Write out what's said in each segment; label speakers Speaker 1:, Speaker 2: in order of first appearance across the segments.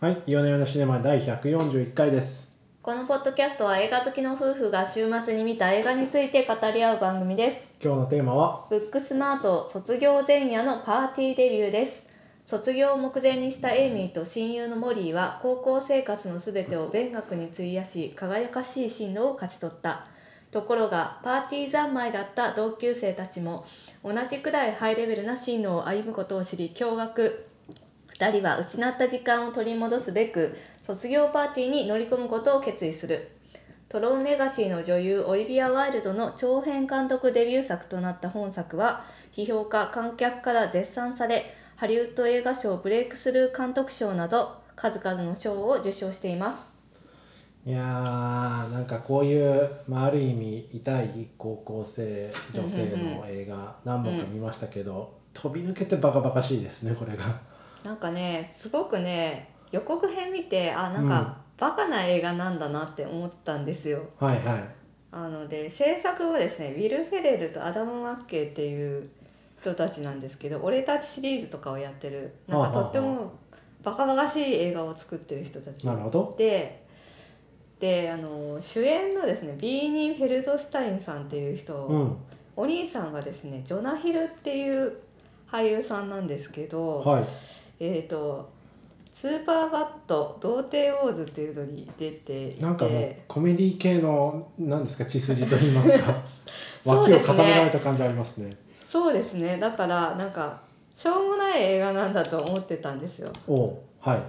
Speaker 1: はい、イオネヨネシネマ第141回です。
Speaker 2: このポッドキャストは映画好きの夫婦が週末に見た映画について語り合う番組です
Speaker 1: 今日のテーマは、
Speaker 2: ブックスマート卒業前夜のパーティーデビューです卒業を目前にしたエイミーと親友のモリーは高校生活のすべてを勉学に費やし輝かしい進路を勝ち取ったところがパーティー三昧だった同級生たちも同じくらいハイレベルな進路を歩むことを知り驚愕2人は失った時間を取り戻すべく卒業パーティーに乗り込むことを決意するトロン・レガシーの女優オリビア・ワイルドの長編監督デビュー作となった本作は批評家観客から絶賛されハリウッド映画賞ブレイクスルー監督賞など数々の賞を受賞しています
Speaker 1: いやー、なんかこういう、まあ、ある意味痛い高校生女性の映画、何本か見ましたけど、飛び抜けてバカバカしいですね、これが。
Speaker 2: なんかねすごくね予告編見てあなんか、バカな映画なんだなって思ったんですよ
Speaker 1: はいはい。
Speaker 2: あので制作はですねウィル・フェレルとアダム・マッケイっていう人たちなんですけど「俺たち」シリーズとかをやってるなん
Speaker 1: はあ
Speaker 2: か
Speaker 1: はあはあ
Speaker 2: とってもバカバカしい映画を作ってる人たち
Speaker 1: なるほど。
Speaker 2: でであの主演のですねビーニー・フェルドスタインさんっていう人、
Speaker 1: うん。
Speaker 2: お兄さんがですねジョナヒルっていう俳優さんなんですけど、
Speaker 1: はい。
Speaker 2: えっ、と「スーパーバット童貞王子」っていうのに出ていて
Speaker 1: なんかもうコメディ系の何ですか血筋と言いますか
Speaker 2: そう
Speaker 1: 脇を
Speaker 2: です
Speaker 1: 固められ
Speaker 2: ね
Speaker 1: た感じありますね
Speaker 2: そうですねだからなんかしょうもない映画なんだと思ってたんですよ
Speaker 1: おうはい
Speaker 2: あ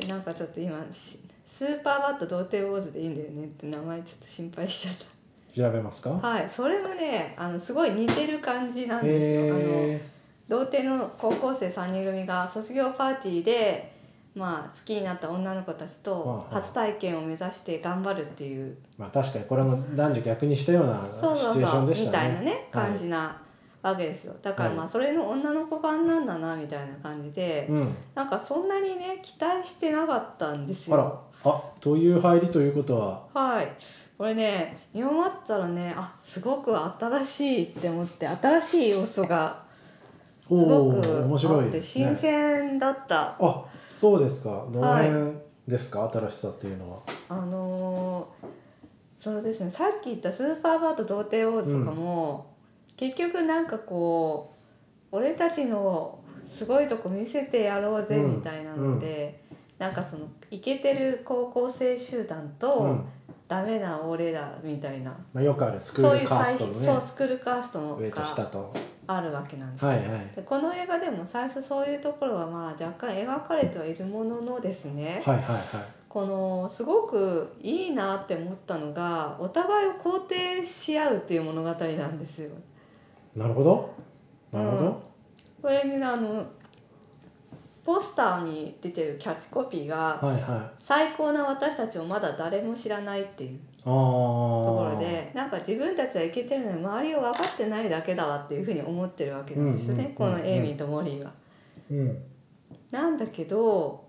Speaker 2: れなんかちょっと今しスーパーバット童貞ウォーズでいいんだよねって名前ちょっと心配しちゃ
Speaker 1: 調
Speaker 2: っ
Speaker 1: べますか
Speaker 2: たはいそれもねあのすごい似てる感じなんですよ、あの
Speaker 1: え
Speaker 2: 童貞の高校生3人組が卒業パーティーでまあ好きになった女の子たちと
Speaker 1: あはあ
Speaker 2: 初体験を目指して頑張るっていう
Speaker 1: ー、まあ確かにこれも男女逆にしたような
Speaker 2: そう
Speaker 1: シ
Speaker 2: そう
Speaker 1: チュエーシ
Speaker 2: そ
Speaker 1: ョン
Speaker 2: う、
Speaker 1: でし
Speaker 2: み
Speaker 1: た
Speaker 2: たい
Speaker 1: ね
Speaker 2: なね
Speaker 1: はい
Speaker 2: 感じなわけですよだからま
Speaker 1: は
Speaker 2: あそれの女の子版なんだなみたいな感じで、
Speaker 1: うん
Speaker 2: なんかそんなにね期待してなかったんです
Speaker 1: あら
Speaker 2: よ。
Speaker 1: あという入りということは
Speaker 2: はい。これね見終わったらねあすごく新しいって思って新しい要素が す
Speaker 1: お
Speaker 2: ご
Speaker 1: お
Speaker 2: く
Speaker 1: ー面
Speaker 2: あ
Speaker 1: 白
Speaker 2: っ
Speaker 1: い
Speaker 2: て
Speaker 1: ですね
Speaker 2: 新鮮だった。
Speaker 1: あそうですかどの
Speaker 2: はい
Speaker 1: 辺ですか、新しさっていうのは
Speaker 2: あのーそうですねさっき言った「スーパーバート童貞王子」とかも、結局なんかこう俺たちのすごいとこ見せてやろうぜ
Speaker 1: うん
Speaker 2: みたいなので、なんかそのイケてる高校生集団と。
Speaker 1: うん
Speaker 2: ダメな俺らみたいな
Speaker 1: まあ、よくあるスク
Speaker 2: そう
Speaker 1: ー
Speaker 2: い
Speaker 1: ル
Speaker 2: う
Speaker 1: カー
Speaker 2: 対
Speaker 1: スト
Speaker 2: 比
Speaker 1: の
Speaker 2: そう
Speaker 1: ね
Speaker 2: スクールカーストの
Speaker 1: 上と下
Speaker 2: が
Speaker 1: と
Speaker 2: あるわけなんですよ、
Speaker 1: はいはい
Speaker 2: でこの映画でも最初そういうところはまあ若干描かれてはいるもののですね、
Speaker 1: はいはいはい
Speaker 2: このすごくいいなって思ったのがお互いを肯定し合うっていう物語なんですよ。
Speaker 1: なるほどなるほど、
Speaker 2: これにねあのポスターに出てるキャッチコピーが
Speaker 1: はいはい
Speaker 2: 「最高な私たちをまだ誰も知らない」っていう
Speaker 1: あー
Speaker 2: ところでなんか自分たちはイケてるのに周りを分かってないだけだわっていうふうに思ってるわけなんですよね、
Speaker 1: うんうん
Speaker 2: こ
Speaker 1: うん
Speaker 2: の
Speaker 1: うん
Speaker 2: エイミーとモリーは。
Speaker 1: うん
Speaker 2: なんだけど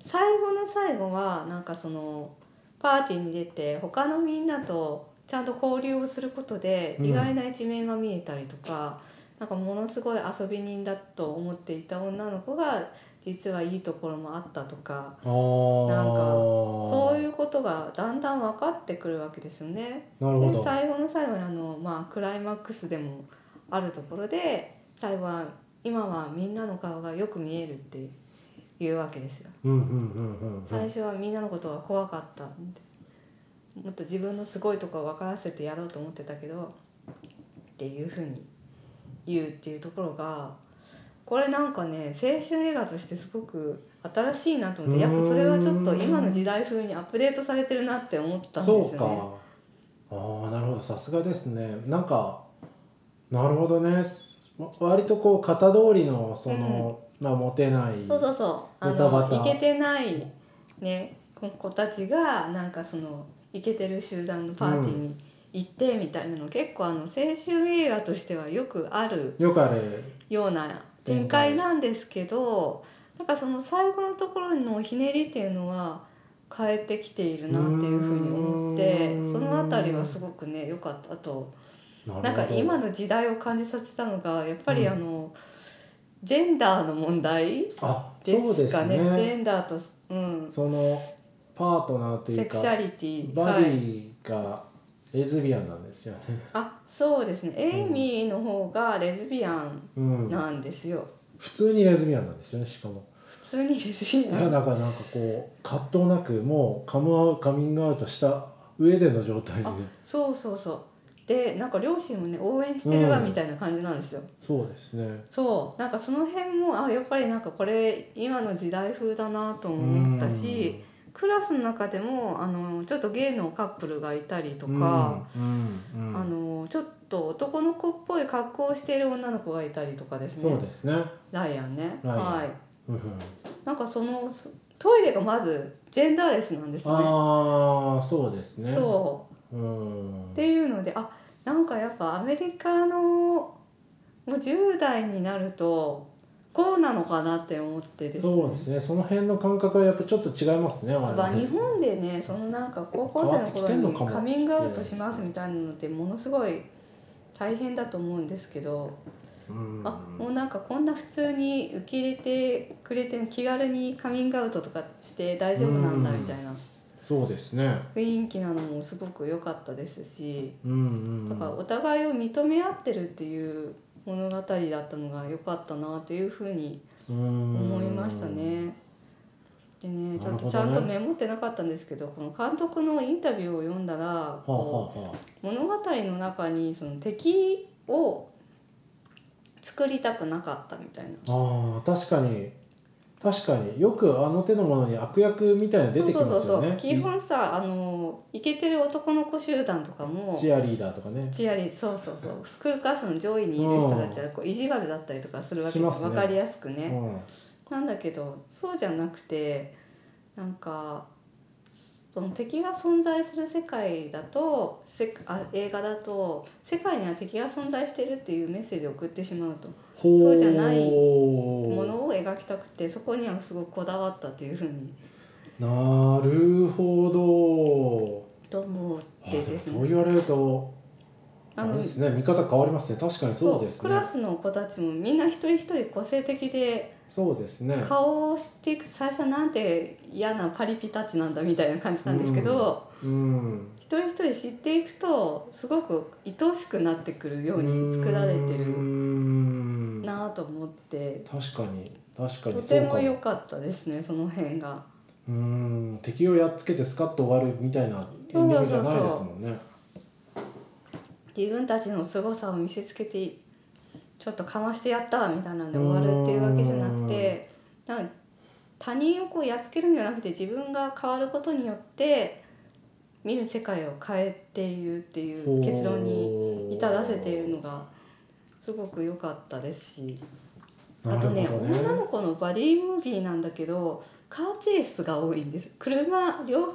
Speaker 2: 最後の最後はなんかそのパーティーに出て他のみんなとちゃんと交流をすることで
Speaker 1: うん
Speaker 2: 意外な一面が見えたりとか、なんかものすごい遊び人だと思っていた女の子が実はいいところもあったとか
Speaker 1: あー
Speaker 2: なんかそういううことがだんだん分かってくるわけですよね。
Speaker 1: なるほ
Speaker 2: で
Speaker 1: ど
Speaker 2: 最後の最後にあの、まあ、クライマックスでもあるところで最後は今はみんなの顔がよく見えるっていうわけですよ。
Speaker 1: うんうんうんうんうん
Speaker 2: 最初はみんなのことが怖かったんでもっと自分のすごいところを分からせてやろうと思ってたけどっていうふうに言うっていうところがこれなんかね青春映画としてすごく新しいなと思ってやっぱそれはちょっと今の時代風にアップデートされてるなって思ったんですよね。
Speaker 1: そうかああなるほどさすがですねなんかなるほどねすわ割とこう型通りのその、まあモテない
Speaker 2: そうそうそうあ
Speaker 1: ドタバ
Speaker 2: の
Speaker 1: タ
Speaker 2: イケてないねこ子たちがなんかそのイケてる集団のパーティーに行ってみたいなの、結構あの青春映画としてはよくある
Speaker 1: よくある
Speaker 2: ような展開なんですけどなんかその最後のところのひねりっていうのは変えてきているなっていうふうに思って
Speaker 1: うーん
Speaker 2: そのあたりはすごくね良かったと
Speaker 1: な
Speaker 2: なんか
Speaker 1: るほど
Speaker 2: 今の時代を感じさせたのがやっぱ
Speaker 1: う
Speaker 2: り
Speaker 1: ん
Speaker 2: あの、ジェンダーの問題
Speaker 1: あ
Speaker 2: ですかね
Speaker 1: そうです
Speaker 2: ジ
Speaker 1: ね
Speaker 2: ェンダーと、うん、
Speaker 1: そのパートナーとい
Speaker 2: セ
Speaker 1: う
Speaker 2: クシャ
Speaker 1: か
Speaker 2: リティ
Speaker 1: バデ
Speaker 2: はい、
Speaker 1: ィがレズビアンなんですよね、
Speaker 2: あそうですねエイミーの方がレズビアン
Speaker 1: うん、
Speaker 2: なんですよ、
Speaker 1: 普通にレズビアンなんですよねしかも
Speaker 2: 普通にレズビ
Speaker 1: い
Speaker 2: ア
Speaker 1: や
Speaker 2: ン
Speaker 1: だからなんかこう葛藤なくもうカムアウカミングアウトした上での状態で
Speaker 2: あそうそうそうでなんか両親もね応援してるわ
Speaker 1: うん
Speaker 2: みたいな感じなんですよ、
Speaker 1: そうですね
Speaker 2: そうなんかその辺もあやっぱりなんかこれ今の時代風だなと思ったし、クラスの中でもあのちょっとゲイのカップルがいたりと
Speaker 1: うん
Speaker 2: か、、
Speaker 1: うんうんうん
Speaker 2: あのちょっと男の子っぽい格好をしている女の子がいたりとかですね
Speaker 1: そうですね
Speaker 2: ライアンね
Speaker 1: ライアン
Speaker 2: はい
Speaker 1: うん
Speaker 2: なんかそのそトイレがまずジェンダーレスなんですね
Speaker 1: ああそうですね、
Speaker 2: そう
Speaker 1: ん、
Speaker 2: うっていうのであなんかやっぱアメリカのもう10代になるとこうなのかなって思ってですね
Speaker 1: そうですねその辺の感覚はやっぱちょっと違いますね我
Speaker 2: やっ
Speaker 1: 々
Speaker 2: ぱ日本でねそのなんか高校生の頃にカミングアウトしますみたいなのってものすごい大変だと思うんですけど、
Speaker 1: うん
Speaker 2: あもうなんかこんな普通に受け入れてくれて気軽にカミングアウトとかして大丈夫なんだみたいな
Speaker 1: そうですね
Speaker 2: 雰囲気なのもすごく良かったですし
Speaker 1: うんうん
Speaker 2: だからお互いを認め合ってるっていう物語だったのが良かったなっていうふうに思
Speaker 1: 思
Speaker 2: いましたね。でねちょっとち
Speaker 1: な
Speaker 2: ゃ
Speaker 1: る
Speaker 2: ん
Speaker 1: ほど
Speaker 2: と
Speaker 1: ね
Speaker 2: メモってなかったんですけどこの監督のインタビューを読んだら
Speaker 1: はあ、
Speaker 2: こ
Speaker 1: はあはあ、
Speaker 2: う物語の中にその敵を作りたくなかったみたいな。
Speaker 1: あー確かに確かによくあの手のものに悪役みたいなの出てき
Speaker 2: そう
Speaker 1: ま
Speaker 2: そう
Speaker 1: す
Speaker 2: そ
Speaker 1: よ
Speaker 2: うそう
Speaker 1: ね
Speaker 2: 基本さあのイケてる男の子集団とかも
Speaker 1: チアリーダーとかね
Speaker 2: チアリそうそうそうスクールカーストの上位にいる人たちはこう意地悪だったりとかするわけ
Speaker 1: し
Speaker 2: で
Speaker 1: ます
Speaker 2: す
Speaker 1: ね
Speaker 2: わかりやすくね。
Speaker 1: うん
Speaker 2: なんだけどそうじゃなくてなんかその敵が存在する世界だとせあ映画だと世界には敵が存在してるっていうメッセージを送ってしまうと
Speaker 1: ほ
Speaker 2: そうじゃないも
Speaker 1: も
Speaker 2: のを描きたくてそこにはすごくこだわったというふうに
Speaker 1: のなるほ
Speaker 2: と思っ
Speaker 1: どあ
Speaker 2: て
Speaker 1: でも
Speaker 2: です
Speaker 1: そう
Speaker 2: ね。
Speaker 1: 言われると
Speaker 2: あ
Speaker 1: あれ
Speaker 2: の
Speaker 1: ですね見方変わりますね確かにそうです
Speaker 2: クラ
Speaker 1: ね
Speaker 2: スの子たちもみんな一人一人個性的で
Speaker 1: そうですね
Speaker 2: 顔を知っていく最初なんて嫌なパリピタッチなんだみたいな感じなんですけど、
Speaker 1: うん
Speaker 2: 一人一人知っていくとすごく愛おしくなってくるように作られて
Speaker 1: うー
Speaker 2: る
Speaker 1: ん
Speaker 2: なと思って
Speaker 1: 確かに確か
Speaker 2: と
Speaker 1: に
Speaker 2: て
Speaker 1: そうか
Speaker 2: も良
Speaker 1: も
Speaker 2: かったですねその辺が
Speaker 1: うん敵をやっつけてスカッと終わるみたいなエンディングじゃないですもんね
Speaker 2: 自分たちの凄さを見せつけてちょっとかましてやったみたいなんで終わるっていうわけじゃなくてなん他人をこうやっつけるんじゃなくて自分が変わることによって見る世界を変えているっていう結論に
Speaker 1: に
Speaker 2: 至らせているのがすごく良かったですし。あ
Speaker 1: なる
Speaker 2: と
Speaker 1: ほど
Speaker 2: ね女の子のバディムービーなんだけどカーチェイスが多いんです車両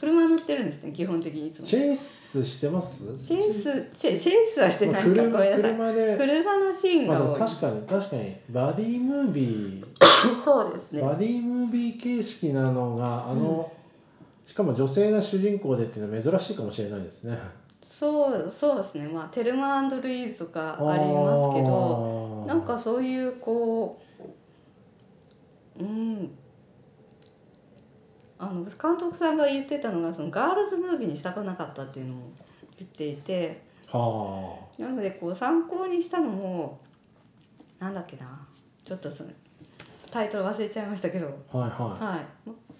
Speaker 2: 車乗ってるんですね基本的にいつも
Speaker 1: チェイスしてます
Speaker 2: チェイスチェチェイスはしてないかご
Speaker 1: まあ
Speaker 2: めんなさい
Speaker 1: 車で、
Speaker 2: 車のシーン
Speaker 1: まあ、で
Speaker 2: が
Speaker 1: も
Speaker 2: 多い、
Speaker 1: 確かに確かにバディムービ
Speaker 2: そうです
Speaker 1: ー、
Speaker 2: ね
Speaker 1: バディムービー形式なのがあの、しかも女性が主人公でっていうのは珍しいかもしれないですね
Speaker 2: そうそうですねまあテルマルイーズとかありますけど
Speaker 1: ど
Speaker 2: なんかそういうこううんあの監督さんが言ってたのがそのガールズムービーにしたくなかったっていうのを言っていて、
Speaker 1: は
Speaker 2: なのでこう参考にしたのもなんだっけなちょっとそのタイトル忘れちゃいましたけど、
Speaker 1: あはいは
Speaker 2: は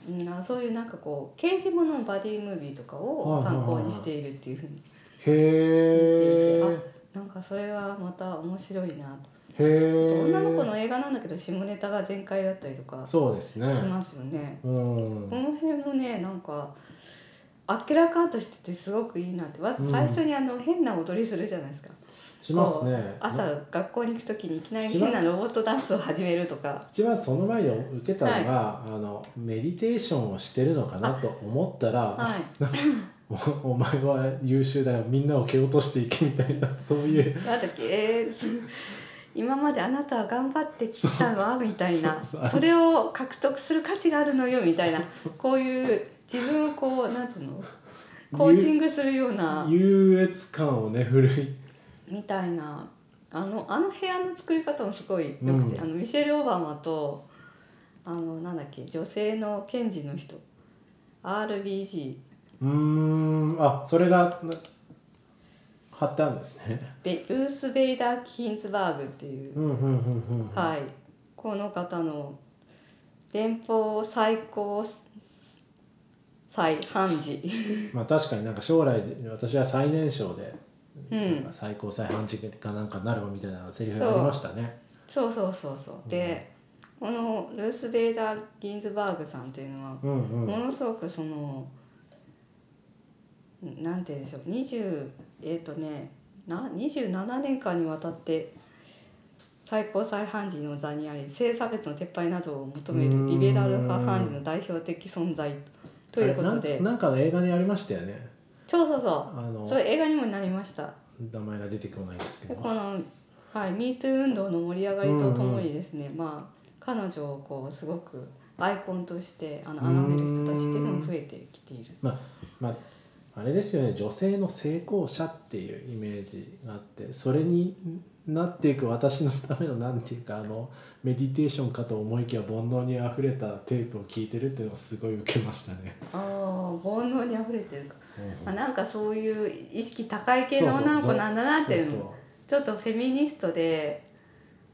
Speaker 2: い、なそういうなんかこう刑事もののバディムービーとかを参考にしているっていうふうに
Speaker 1: いへ
Speaker 2: 聞い
Speaker 1: え
Speaker 2: てなんかそれはまた面白いな
Speaker 1: へ
Speaker 2: と
Speaker 1: え
Speaker 2: 女の子の映画なんだけど下ネタが全開だったりとかし
Speaker 1: そうですね
Speaker 2: ますよね。
Speaker 1: うん
Speaker 2: この辺もねなんか明らかとしててすごくいいなってまず最初にあの変な踊りするじゃないですか。
Speaker 1: しますね
Speaker 2: 朝
Speaker 1: な
Speaker 2: 学校に行く時にいきなり
Speaker 1: 一番
Speaker 2: 変なロボットダンスを始めるとか
Speaker 1: 一番その前で受けたのが、あのメディテーションをしてるのかなと思ったら、
Speaker 2: は い
Speaker 1: おお前は優秀だよみんなを蹴落としていけみたいなそういう
Speaker 2: なんだっけ、えー今まであなたは頑張ってきたわみた いな
Speaker 1: そうそう
Speaker 2: それを獲得する価値があるのよみたいなこういう自分をこうなんつうのコーチングするような
Speaker 1: 優越感をね古い
Speaker 2: みたいなあのあの部屋の作り方もすごい良くて、
Speaker 1: うん
Speaker 2: あのミシェル・オバマとあのなんだっけ女性の検事の人 RBG
Speaker 1: うーんあそれがな貼ってあるんですね
Speaker 2: ベルース・ベイダー・キンズバーグっていう
Speaker 1: う、んうんうんうんうん
Speaker 2: はいこの方の連邦最高裁判事
Speaker 1: まあ確かになんか将来で私は最年少で、
Speaker 2: うん
Speaker 1: なんか最高裁判事かなんかになるみたいなセリフがありましたね
Speaker 2: そうそうそうそうでこのルース・ベイダー・ギンズバーグさんっていうのは
Speaker 1: うんうん
Speaker 2: ものすごくそのなんて言うんでしょう20えっ、とねな27年間にわたって最高裁判事の座にあり性差別の撤廃などを求めるリベラル派判事の代表的存在ということ
Speaker 1: あれ
Speaker 2: で
Speaker 1: なんなんかの映画にありましたよね
Speaker 2: そうそうそ
Speaker 1: あの
Speaker 2: うそう映画にもなりました
Speaker 1: 名前が出てこないですけ
Speaker 2: で
Speaker 1: ど
Speaker 2: この、はい、MeToo 運動の盛り上がりとともにですね、まあ、彼女をこうすごくアイコンとしてあの崇める人たちっていうのも増えてきている。
Speaker 1: まああれですよね女性の成功者っていうイメージがあってそれになっていく私のためのなんていうかあのメディテーションかと思いきや煩悩にあふれたテープを聞いてるっていうのがすごい受けましたね。
Speaker 2: ああ煩悩に溢れてるか、まあ、なんかそういう意識高い系の女の子なんだなっていうの
Speaker 1: そう
Speaker 2: ちょっとフェミニストで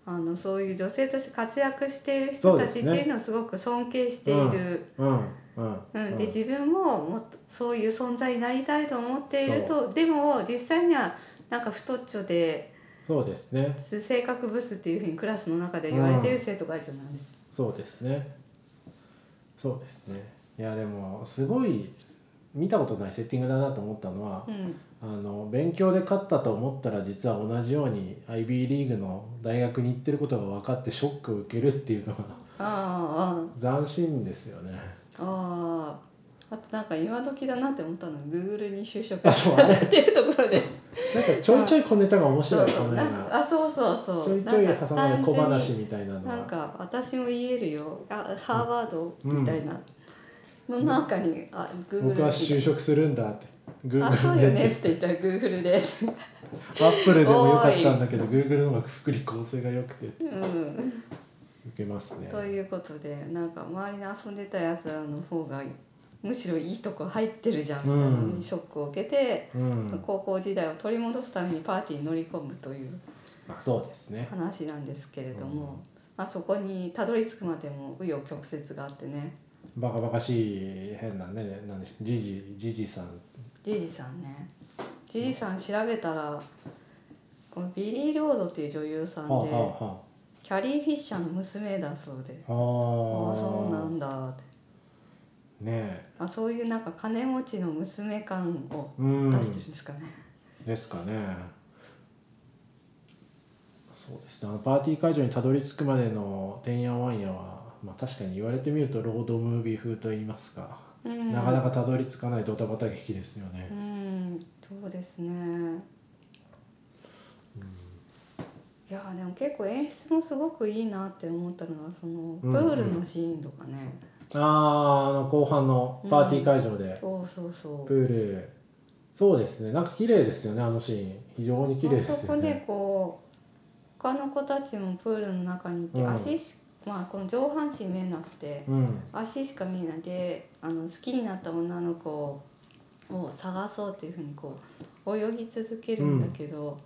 Speaker 2: あのそういう女性として活躍している人たちっていうのをすごく尊敬しているう、
Speaker 1: そううんうん
Speaker 2: ん
Speaker 1: うん
Speaker 2: で自分ももっとそういう存在になりたいと思っているとでも実際にはなんか太っちょで
Speaker 1: そうですね
Speaker 2: 性格ブスっていうふうにクラスの中で言われている生徒がいるじゃないですか。
Speaker 1: そうですねそうですねいやでもすごい見たことないセッティングだなと思ったのは
Speaker 2: う、ん
Speaker 1: あの勉強で勝ったと思ったら実は同じように IB リーグの大学に行ってることが分かってショックを受けるっていうのが
Speaker 2: あー
Speaker 1: 斬新ですよね。
Speaker 2: あーあーあとなんか今時だなって思ったのは Google に就職
Speaker 1: あそうあれ
Speaker 2: っていうところで
Speaker 1: なんかちょいちょい小ネタが面
Speaker 2: そ
Speaker 1: 白
Speaker 2: う
Speaker 1: いこのよ
Speaker 2: なん
Speaker 1: う
Speaker 2: かあそうそうそう
Speaker 1: なちょいちょい
Speaker 2: なんか
Speaker 1: 挟まれる小
Speaker 2: 単
Speaker 1: 話
Speaker 2: 純に
Speaker 1: みたいなの
Speaker 2: なん
Speaker 1: が
Speaker 2: か私も言えるよあハーバードみたいな、の中にあグーグル
Speaker 1: 僕は就職するんだって
Speaker 2: あそうよ
Speaker 1: Google
Speaker 2: ねっ
Speaker 1: で
Speaker 2: て言ったらグーグ ルで
Speaker 1: Apple でもよかったんだけど Google の方が福利厚生が良くて
Speaker 2: うん
Speaker 1: 受けますね。
Speaker 2: ということでなんか周りに遊んでたやつらの方がむしろいいとこ入ってるじゃんみたいなのにショックを受けて、
Speaker 1: うん、
Speaker 2: 高校時代を取り戻すためにパーティーに乗り込むという
Speaker 1: まあそうですね。
Speaker 2: 話なんですけれども、
Speaker 1: うん
Speaker 2: まあ、そこにたどり着くまでも紆余曲折があってね
Speaker 1: バカバカしい変なね、なんでしジジジジさん。
Speaker 2: ジジさんねジジさん調べたらこのビリー・ロードっていう女優さん
Speaker 1: はあ、は
Speaker 2: で
Speaker 1: あは
Speaker 2: キャリー・フィッシャーの娘だそうで
Speaker 1: あ、
Speaker 2: あ
Speaker 1: は
Speaker 2: あ
Speaker 1: あ。
Speaker 2: そうなんだって
Speaker 1: ね
Speaker 2: あそういうなんか金持ちの娘感を
Speaker 1: え、うん、
Speaker 2: 出してるんですかね、
Speaker 1: ですかねそうですねあのパーティー会場にたどり着くまでのてんやわんやは、まあ、確かに言われてみるとロードムービー風と言いますか、
Speaker 2: うん、
Speaker 1: なかなかたどり着かないドタバタ劇ですよ
Speaker 2: う
Speaker 1: ね、
Speaker 2: んそうですねいやーでも結構演出もすごくいいなって思ったのはそのプ
Speaker 1: うん
Speaker 2: ールのシーンとかね、
Speaker 1: あーあの後半のパーティー会場で、
Speaker 2: そうそうそう
Speaker 1: プールそうですねなんか綺麗ですよねあのシーン非常に綺麗で
Speaker 2: あ
Speaker 1: す
Speaker 2: そ
Speaker 1: よ
Speaker 2: こで
Speaker 1: ね
Speaker 2: こう他の子たちもプールの中にいて、
Speaker 1: うん
Speaker 2: 足しまあこの上半身見えなくて
Speaker 1: うん
Speaker 2: 足しか見えないであの好きになった女の子を探そうっていうふうにこう泳ぎ続けるんだけど、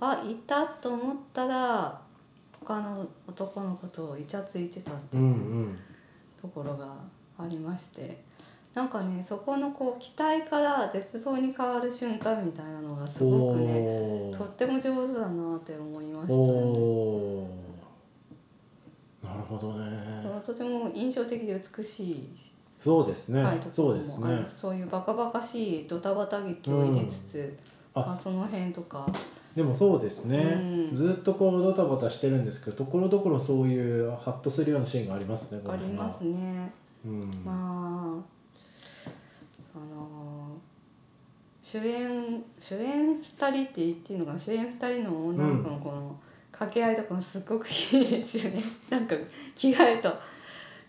Speaker 2: あいたと思ったら他の男の子とイチャついてたって
Speaker 1: う
Speaker 2: い
Speaker 1: ん
Speaker 2: う。
Speaker 1: うん
Speaker 2: ところがありましてなんかねそこのこう期待から絶望に変わる瞬間みたいなのがすごくね
Speaker 1: お
Speaker 2: とっ
Speaker 1: ー
Speaker 2: ても上手だなって思いましたね、
Speaker 1: おーなるほどね
Speaker 2: とても印象的で美しい、
Speaker 1: そうですね、
Speaker 2: はいとこ
Speaker 1: そ
Speaker 2: ろ
Speaker 1: う
Speaker 2: も
Speaker 1: です
Speaker 2: あ
Speaker 1: ね
Speaker 2: るそういうバカバカしいドタバタ劇を入れつつ、
Speaker 1: うんあ
Speaker 2: まあ、その辺とか
Speaker 1: でもそうですね、
Speaker 2: うん
Speaker 1: ずっとこうドタバタしてるんですけどところどころそういうハッとするようなシーンがありますねこ
Speaker 2: あ
Speaker 1: の
Speaker 2: り
Speaker 1: 辺は
Speaker 2: ますね。
Speaker 1: うん、
Speaker 2: まあその主演主演2人って言っていいのかな主演2人の女の子のこの掛け合いとかもすっごくいいですよね なんか着替えと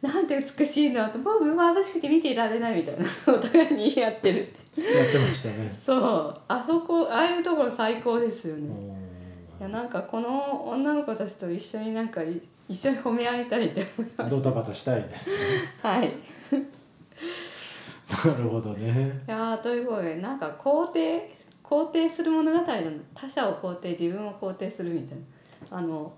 Speaker 2: なんて美しいんだろうともう眩しくて見ていられないみたいなお互いに言い合ってるって
Speaker 1: やってましたね
Speaker 2: そうあそこああいうところ最高ですよ
Speaker 1: う
Speaker 2: ね、
Speaker 1: ん
Speaker 2: いやなんかこの女の子たちと一緒になんかい一緒に褒め合いたいって思いま
Speaker 1: ド
Speaker 2: し
Speaker 1: タバタしたい ですね
Speaker 2: た。はい。い
Speaker 1: なるほどね
Speaker 2: やーということでなんか肯定肯定する物語なの他者を肯定自分を肯定するみたいなあの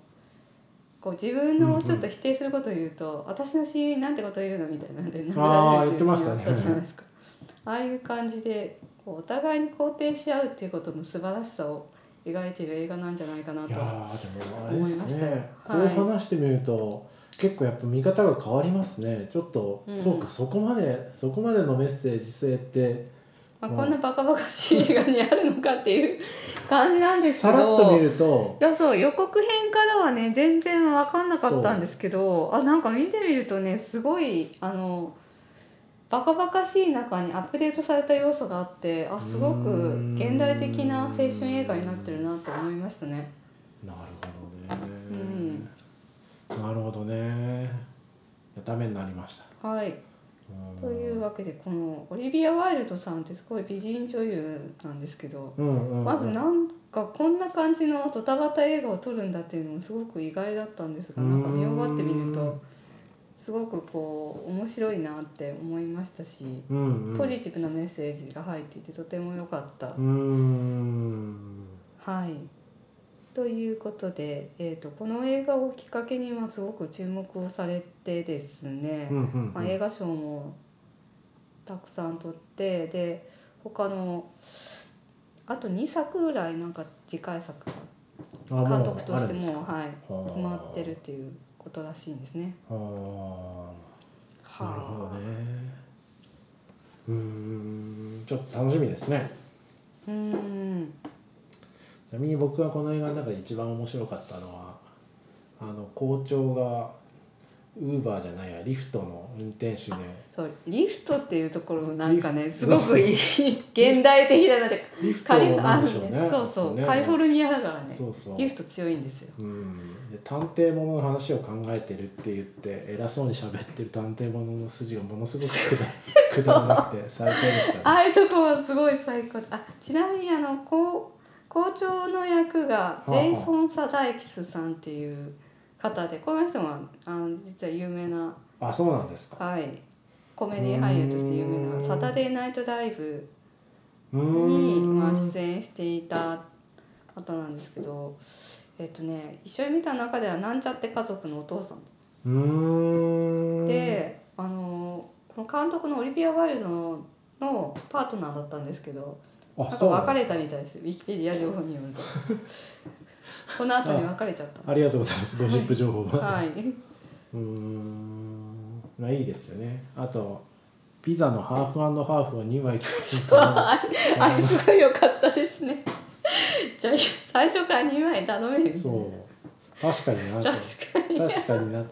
Speaker 2: こう自分のをちょっと否定することを言うと、私の親友になんてこと言うのみたいなんで殴ら
Speaker 1: あー
Speaker 2: れる
Speaker 1: 言ってましたね
Speaker 2: シーンあったじゃないですか。 ああいう感じでこうお互いに肯定し合うっていうことの素晴らしさを描いてる映画なんじゃないかない
Speaker 1: や
Speaker 2: と。
Speaker 1: ーでもあれで
Speaker 2: 思いますしたよ
Speaker 1: ね、
Speaker 2: はい
Speaker 1: こう話してみると結構やっぱ見方が変わりますねちょっと、
Speaker 2: うん
Speaker 1: そうかそこまでそこまでのメッセージ性って
Speaker 2: まあ、
Speaker 1: うん
Speaker 2: こんなバカバカしい映画にあるのかっていう感じなんですけ
Speaker 1: さらっと見
Speaker 2: ど。
Speaker 1: ると
Speaker 2: だそう予告編からはね全然わかんなかったんですけどあなんか見てみるとねすごいあのバカバカしい中にアップデートされた要素があってあすご
Speaker 1: う
Speaker 2: く
Speaker 1: ん
Speaker 2: 現代的な青春映画になってるなと思いましたね。
Speaker 1: なるほどね、なるほどねいやダメになりました
Speaker 2: はい、
Speaker 1: うん
Speaker 2: というわけでこのオリビア・ワイルドさんってすごい美人女優なんですけど、
Speaker 1: うんうんうん
Speaker 2: まずなんかこんな感じのドタバタ映画を撮るんだっていうのもすごく意外だったんですがなんか見終わってみる
Speaker 1: うん
Speaker 2: とすごくこう面白いなって思いましたし
Speaker 1: うんうん
Speaker 2: ポジティブなメッセージが入っていてとても良かった
Speaker 1: う。ーん
Speaker 2: はいということで、えー、とこの映画をきっかけにまあすごく注目をされてですね、
Speaker 1: うんうんうん
Speaker 2: まあ、映画賞もたくさん取ってで他のあと2作ぐらいなんか次回作が
Speaker 1: あもう
Speaker 2: 監督とし
Speaker 1: ある
Speaker 2: て
Speaker 1: んですか
Speaker 2: もはい
Speaker 1: はあ
Speaker 2: 決まってるっていうことらしいんですね。
Speaker 1: はあ
Speaker 2: は
Speaker 1: な
Speaker 2: あ
Speaker 1: るほどねうーんちょっと楽しみですね
Speaker 2: うーん
Speaker 1: ちなみに僕はこの映画の中で一番面白かったのはあの校長がウーバーじゃないやリフトの運転手で
Speaker 2: そうリフトっていうところもなんかね
Speaker 1: リフ
Speaker 2: す
Speaker 1: ト
Speaker 2: ご くいい現代的だなって
Speaker 1: リフト
Speaker 2: カリフ
Speaker 1: な
Speaker 2: あ
Speaker 1: んでしょうね
Speaker 2: ねそうそう、
Speaker 1: ね
Speaker 2: カリフォルニアだからね
Speaker 1: そうそう
Speaker 2: リフト強いんですよ。
Speaker 1: うん、で探偵ものの話を考えてるって言って偉そうに喋ってる探偵ものの筋がものすごく くだくだらなくて最高でした
Speaker 2: あ
Speaker 1: ね。
Speaker 2: あいうとこはすごい最高あちなみにあの校校長の役がジェイソン・サダイキスさんっていう方でこの人もあの実は有名な
Speaker 1: あそうなんですか。
Speaker 2: はい、コメディ俳優として有名
Speaker 1: うー
Speaker 2: なん「サタデーナイトライブ
Speaker 1: うー」
Speaker 2: に
Speaker 1: ん
Speaker 2: まあ出演していた方なんですけど、えっとね、一緒に見た中では「なんちゃって家族のお父さん
Speaker 1: うーん」
Speaker 2: で、あのこの監督のオリビア・ワイルドのパートナーだったんですけど
Speaker 1: あ
Speaker 2: なんか
Speaker 1: そうなんです
Speaker 2: 別れ
Speaker 1: か
Speaker 2: たみたいですウィキペディア情報に よるとこの後に別れちゃった
Speaker 1: ありがとうございますゴシップ情報は、
Speaker 2: はい、
Speaker 1: うーんまあいいですよねあとピザのハーフハーフを2枚
Speaker 2: あれ あれすごい良かったですねじゃあ最初から2枚頼める
Speaker 1: そう確かになと
Speaker 2: 確かに
Speaker 1: 確かになと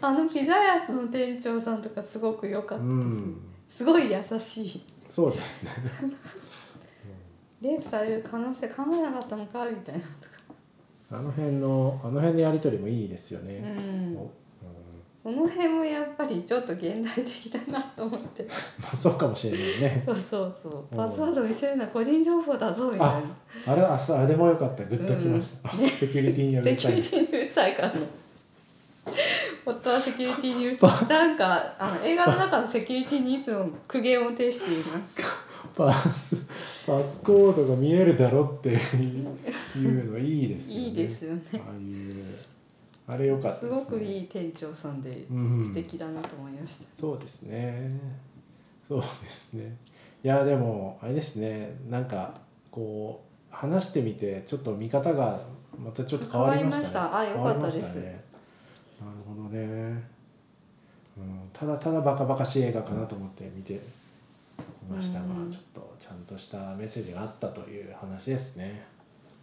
Speaker 2: あのピザ屋の店長さんとかすごく良か
Speaker 1: う
Speaker 2: ったです、
Speaker 1: ん
Speaker 2: すごい優しい
Speaker 1: そうですね
Speaker 2: レイプされる可能性考えなかったのかみたいなとか
Speaker 1: あの辺のあの辺のやり取りもいいですよ
Speaker 2: う
Speaker 1: ね。
Speaker 2: ん
Speaker 1: おうん
Speaker 2: その辺もやっぱりちょっと現代的だなと思って
Speaker 1: まあ、 そうかもしれないね。
Speaker 2: そうそうそうパスワード見せるのは個人情報だぞみたいな
Speaker 1: あれあそうあれも良かった。グッときました。セキュリティによ
Speaker 2: セ
Speaker 1: る
Speaker 2: キ
Speaker 1: さ
Speaker 2: ュリ
Speaker 1: い。
Speaker 2: ティにうるさいからね夫はセキュリティにう るさいなんかあの映画の中のセキュリティにいつも苦言を呈して います
Speaker 1: パスパスコードが見えるだろっていうのいいですよね。
Speaker 2: いいですよね
Speaker 1: ああいうあれ良かった
Speaker 2: す
Speaker 1: です、ね。
Speaker 2: ごくいい店長さんで
Speaker 1: うん
Speaker 2: 素敵だなと思いました、
Speaker 1: そうですね。そうですね。いやでもあれですね。なんかこう話してみてちょっと見方がまたちょっと変わりましたね。
Speaker 2: 変わりましたあ良かったです
Speaker 1: 変わりまねなるほどね。うん、ただただバカバカしい映画かなと思って見ていましたが、
Speaker 2: うん
Speaker 1: ちょっとちゃんとしたメッセージがあったという話ですね。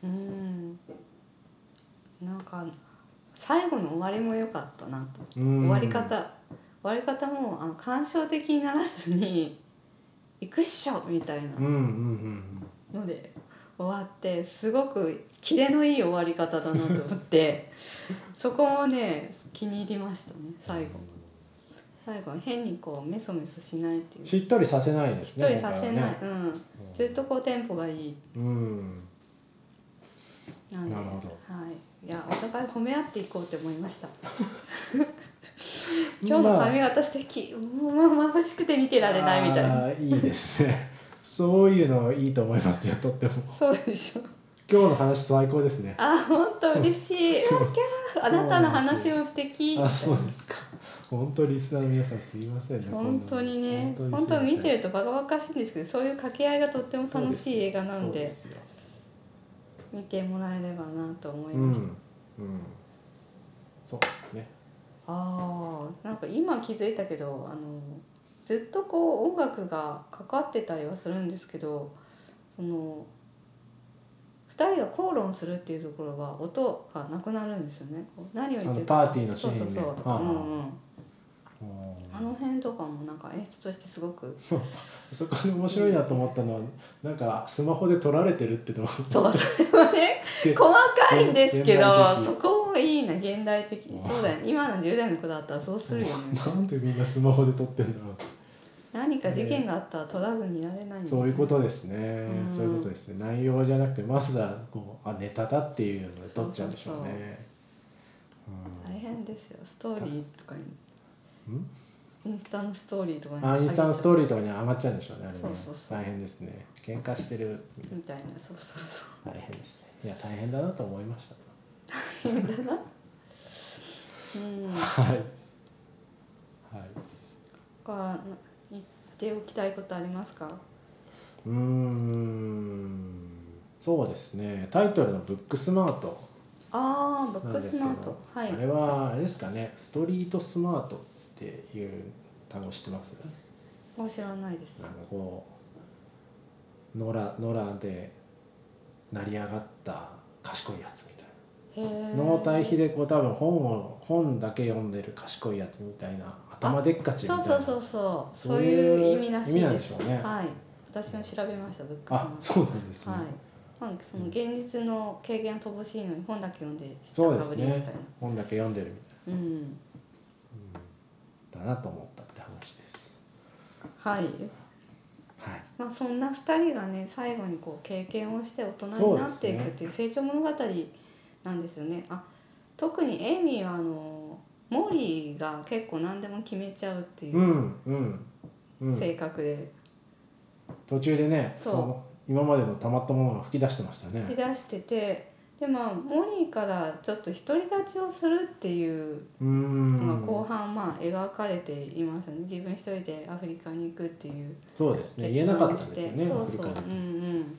Speaker 2: うんなんか最後の終わりも良かったなと、
Speaker 1: 終
Speaker 2: 終わり方終わり方もあの感傷的にならずに「行くっしょ!」みたいな
Speaker 1: うんうんうん
Speaker 2: ので終わってすごくキレのいい終わり方だなと思って そこもね気に入りましたね最後最後変にこうメソメソしないっていう
Speaker 1: しっとりさせないで
Speaker 2: し
Speaker 1: す
Speaker 2: っと
Speaker 1: ね。
Speaker 2: りさせない、
Speaker 1: 今回はね
Speaker 2: うんずっとこうテンポがいい
Speaker 1: うん
Speaker 2: なんで
Speaker 1: なるほど
Speaker 2: はい、いやお互い褒め合っていこうと思い ました今日の髪型素敵、まもう眩しくて見てられないみたいな
Speaker 1: あーいいですね そういうのいいと思いますよとっても
Speaker 2: そうでしょ
Speaker 1: 今日の話最高ですね
Speaker 2: あ本当嬉し いあキャーあなたの話も素敵
Speaker 1: あそうですか本当リスナーの皆さんすいませんね
Speaker 2: 本当にね本当見てるとバカバカしいんですけどそういう掛け合いがとっても楽しい映画なんで
Speaker 1: そうすよ
Speaker 2: 見てもらえればなと思い
Speaker 1: うん、う
Speaker 2: ま
Speaker 1: ん
Speaker 2: した、、
Speaker 1: そうですね
Speaker 2: あーなんか今気づいたけどあのずっとこう音楽がかかってたりはするんですけどその2人が口論するっていうところは音がなくなるんですよねこう何を言ってる
Speaker 1: あ
Speaker 2: か
Speaker 1: のパーティーのシーンで
Speaker 2: そうそうそうと
Speaker 1: あ
Speaker 2: か、
Speaker 1: あ
Speaker 2: うんうん、
Speaker 1: うん
Speaker 2: あの辺とかもなんか演出としてすごく
Speaker 1: そこで面白いなと思ったのはなんかスマホで撮られてるってのが
Speaker 2: そうそれはね
Speaker 1: で
Speaker 2: 細かいんですけど
Speaker 1: 現代的
Speaker 2: そこもいいな現代的
Speaker 1: うん
Speaker 2: そうだよね今の10代の子だったらそうするよね
Speaker 1: なんでみんなスマホで撮ってんだろうって
Speaker 2: 何か事件があったら取らずにいられないんですね
Speaker 1: そういうことですね、
Speaker 2: うん
Speaker 1: そういうことですね内容じゃなくてまずはこうあネタだっていうので撮っちゃうんでしょうね
Speaker 2: 大変ですよストーリーとかに
Speaker 1: うんん
Speaker 2: インスタのストーリーとかに
Speaker 1: あインスタンスト
Speaker 2: ー
Speaker 1: ーリーとかに余っちゃうんでしょうねあれね
Speaker 2: そうそうそう
Speaker 1: 大変ですね喧嘩してる
Speaker 2: リーみたいなそうそうそ
Speaker 1: 大変ですねいや大変だなと思いました
Speaker 2: うみたいなうん他
Speaker 1: はいはい
Speaker 2: 言っておきたいことありますか
Speaker 1: うーんそうですねタイトルの「ブックスマート
Speaker 2: ああブ」ッ
Speaker 1: なんで
Speaker 2: ク
Speaker 1: す
Speaker 2: ス
Speaker 1: け
Speaker 2: マ
Speaker 1: ど
Speaker 2: ートはい
Speaker 1: あれはあれですかね「ストリートスマート」っていう単語知ってます
Speaker 2: もう知らないです
Speaker 1: なんかこう野良野良で成り上がった賢いやつみたい
Speaker 2: へえ
Speaker 1: な能対比でこう多分本を本だけ読んでる賢いやつみたいな頭でっかちみたい
Speaker 2: そう
Speaker 1: な
Speaker 2: そうそうそうそういう意味らしい
Speaker 1: 意味なん
Speaker 2: で
Speaker 1: でし
Speaker 2: す
Speaker 1: ょうね
Speaker 2: はい私も調べましたブックスマ
Speaker 1: あ
Speaker 2: ート
Speaker 1: そうなんですね、
Speaker 2: はいまあその現実の経験乏しいのに本だけ読んで知
Speaker 1: そう
Speaker 2: っ
Speaker 1: で
Speaker 2: たか
Speaker 1: す
Speaker 2: ぶりみたいな
Speaker 1: ね本だけ読んでるみたい
Speaker 2: うん
Speaker 1: なだなと思ったって話です
Speaker 2: はい
Speaker 1: はい
Speaker 2: まあそんな二人がね最後にこう経験をして大人になっていくっていう成長物語なんですよねあ特にエイミーはあのモーリーが結構何でも決めちゃうっていううん
Speaker 1: うん、うん、
Speaker 2: 性格で
Speaker 1: 途中でね
Speaker 2: そう
Speaker 1: の今までのたまったものが吹き出してましたね
Speaker 2: 引き出しててでまあモーリーからちょっと独り立ちをするっていう
Speaker 1: うーん
Speaker 2: まあ、後半まあ描かれていますよね自分一人でアフリカに行くっていう
Speaker 1: そうですね言え
Speaker 2: 決
Speaker 1: なか
Speaker 2: 断
Speaker 1: った
Speaker 2: を
Speaker 1: んです
Speaker 2: して
Speaker 1: よね
Speaker 2: そう
Speaker 1: 振り
Speaker 2: そう
Speaker 1: 返って
Speaker 2: うんうん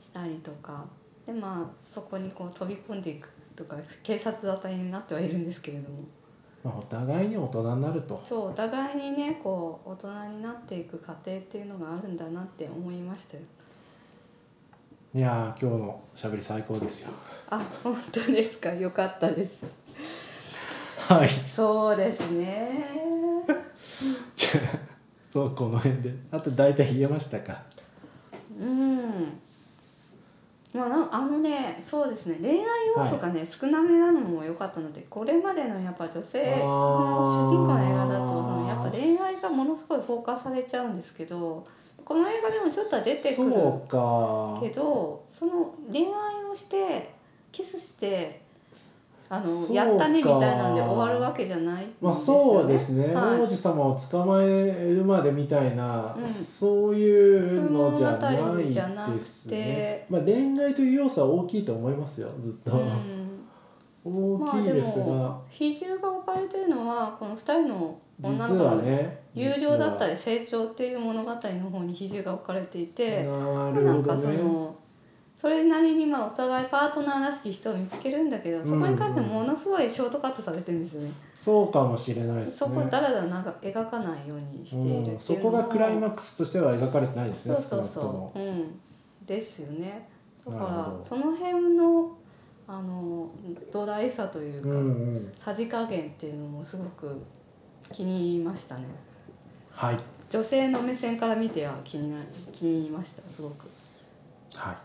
Speaker 2: したりとかでまあそこにこう飛び込んでいくとか警察沙汰になってはいるんですけれども
Speaker 1: まあ、お互いに大人になると
Speaker 2: そうお互いにねこう大人になっていく過程っていうのがあるんだなって思いましたよ
Speaker 1: いやー今日のしゃべり最高ですよ
Speaker 2: あ本当ですかよかったです
Speaker 1: はい
Speaker 2: そうですね
Speaker 1: じゃあそうこの辺であと大体言えましたか
Speaker 2: うん。まあ、なあのねそうですね恋愛要素がね、少なめなのも良かったのでこれまでのやっぱ女性
Speaker 1: あー
Speaker 2: の主人公の映画だとやっぱ恋愛がものすごいフォーカスされちゃうんですけどこの映画でもちょっとは出てくる
Speaker 1: そうか
Speaker 2: けどその恋愛をしてキスしてあ
Speaker 1: そう
Speaker 2: の
Speaker 1: か
Speaker 2: やったねみたいなので終わるわけじゃないんですよね。
Speaker 1: まあそうですね、
Speaker 2: はい
Speaker 1: 王子様を捕まえるまでみたいな、
Speaker 2: うん
Speaker 1: そういうのじゃ
Speaker 2: 物
Speaker 1: な
Speaker 2: 語
Speaker 1: い
Speaker 2: じゃなくて
Speaker 1: ですねまあ恋愛という要素は大きいと思いますよずっと、
Speaker 2: うん
Speaker 1: 大きいですが、
Speaker 2: ま比重が置かれてるのはこの2人の女
Speaker 1: 実
Speaker 2: の子
Speaker 1: は
Speaker 2: の
Speaker 1: ね
Speaker 2: 友情だった
Speaker 1: り
Speaker 2: り成長っていう物語の方に比重が置かれていて
Speaker 1: な
Speaker 2: まあな
Speaker 1: るほ
Speaker 2: ん
Speaker 1: ど
Speaker 2: かそ
Speaker 1: ね
Speaker 2: のそれなりにまあお互いパートナーらしき人を見つけるんだけどそこに関してものすごいショートカットされてるんですよね。
Speaker 1: そうかもしれないですね
Speaker 2: そこをだらだらなんか描かないようにしている
Speaker 1: うん
Speaker 2: って
Speaker 1: そ
Speaker 2: いう
Speaker 1: こ
Speaker 2: のも
Speaker 1: がクライマックスとしては描かれてないです
Speaker 2: そ
Speaker 1: ね
Speaker 2: うそう
Speaker 1: 少なくとも
Speaker 2: そう、うん、ですよねだか
Speaker 1: なるほ
Speaker 2: ら
Speaker 1: ど
Speaker 2: その辺のあのドライさというか、
Speaker 1: うんうん
Speaker 2: さじ加減っていうのもすごく気に入りましたね
Speaker 1: はい
Speaker 2: 女性の目線から見ては気にな気に入りましたすごく
Speaker 1: はい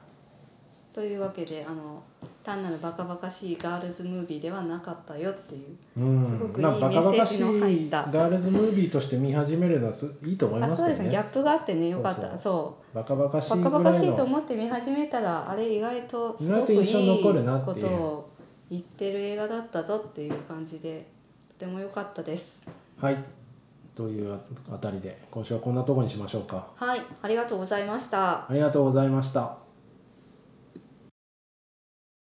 Speaker 2: というわけであの単なるバカバカしいガールズムービーではなかったよっていう
Speaker 1: うん
Speaker 2: すごくいい
Speaker 1: まあバカバカしい
Speaker 2: メッセージの入った
Speaker 1: ガールズムービーとして見始めるのはすいいと思いま
Speaker 2: あ
Speaker 1: す
Speaker 2: そう
Speaker 1: け
Speaker 2: です
Speaker 1: ど
Speaker 2: ねギャ
Speaker 1: ね
Speaker 2: ップがあってねよかった
Speaker 1: そう
Speaker 2: そ
Speaker 1: バカバカしいうぐ
Speaker 2: バカバカ
Speaker 1: ら
Speaker 2: し
Speaker 1: い
Speaker 2: いと
Speaker 1: の
Speaker 2: 思って見始めたらあれ意外とすごく
Speaker 1: 意外と
Speaker 2: い
Speaker 1: 印象に
Speaker 2: い
Speaker 1: 残るなって
Speaker 2: こ
Speaker 1: いう
Speaker 2: とを言ってる映画だったぞっていう感じでとても良かったです
Speaker 1: はいというああたりで今週はこんなとこにしましょうか
Speaker 2: はいありがとうございました
Speaker 1: ありがとうございました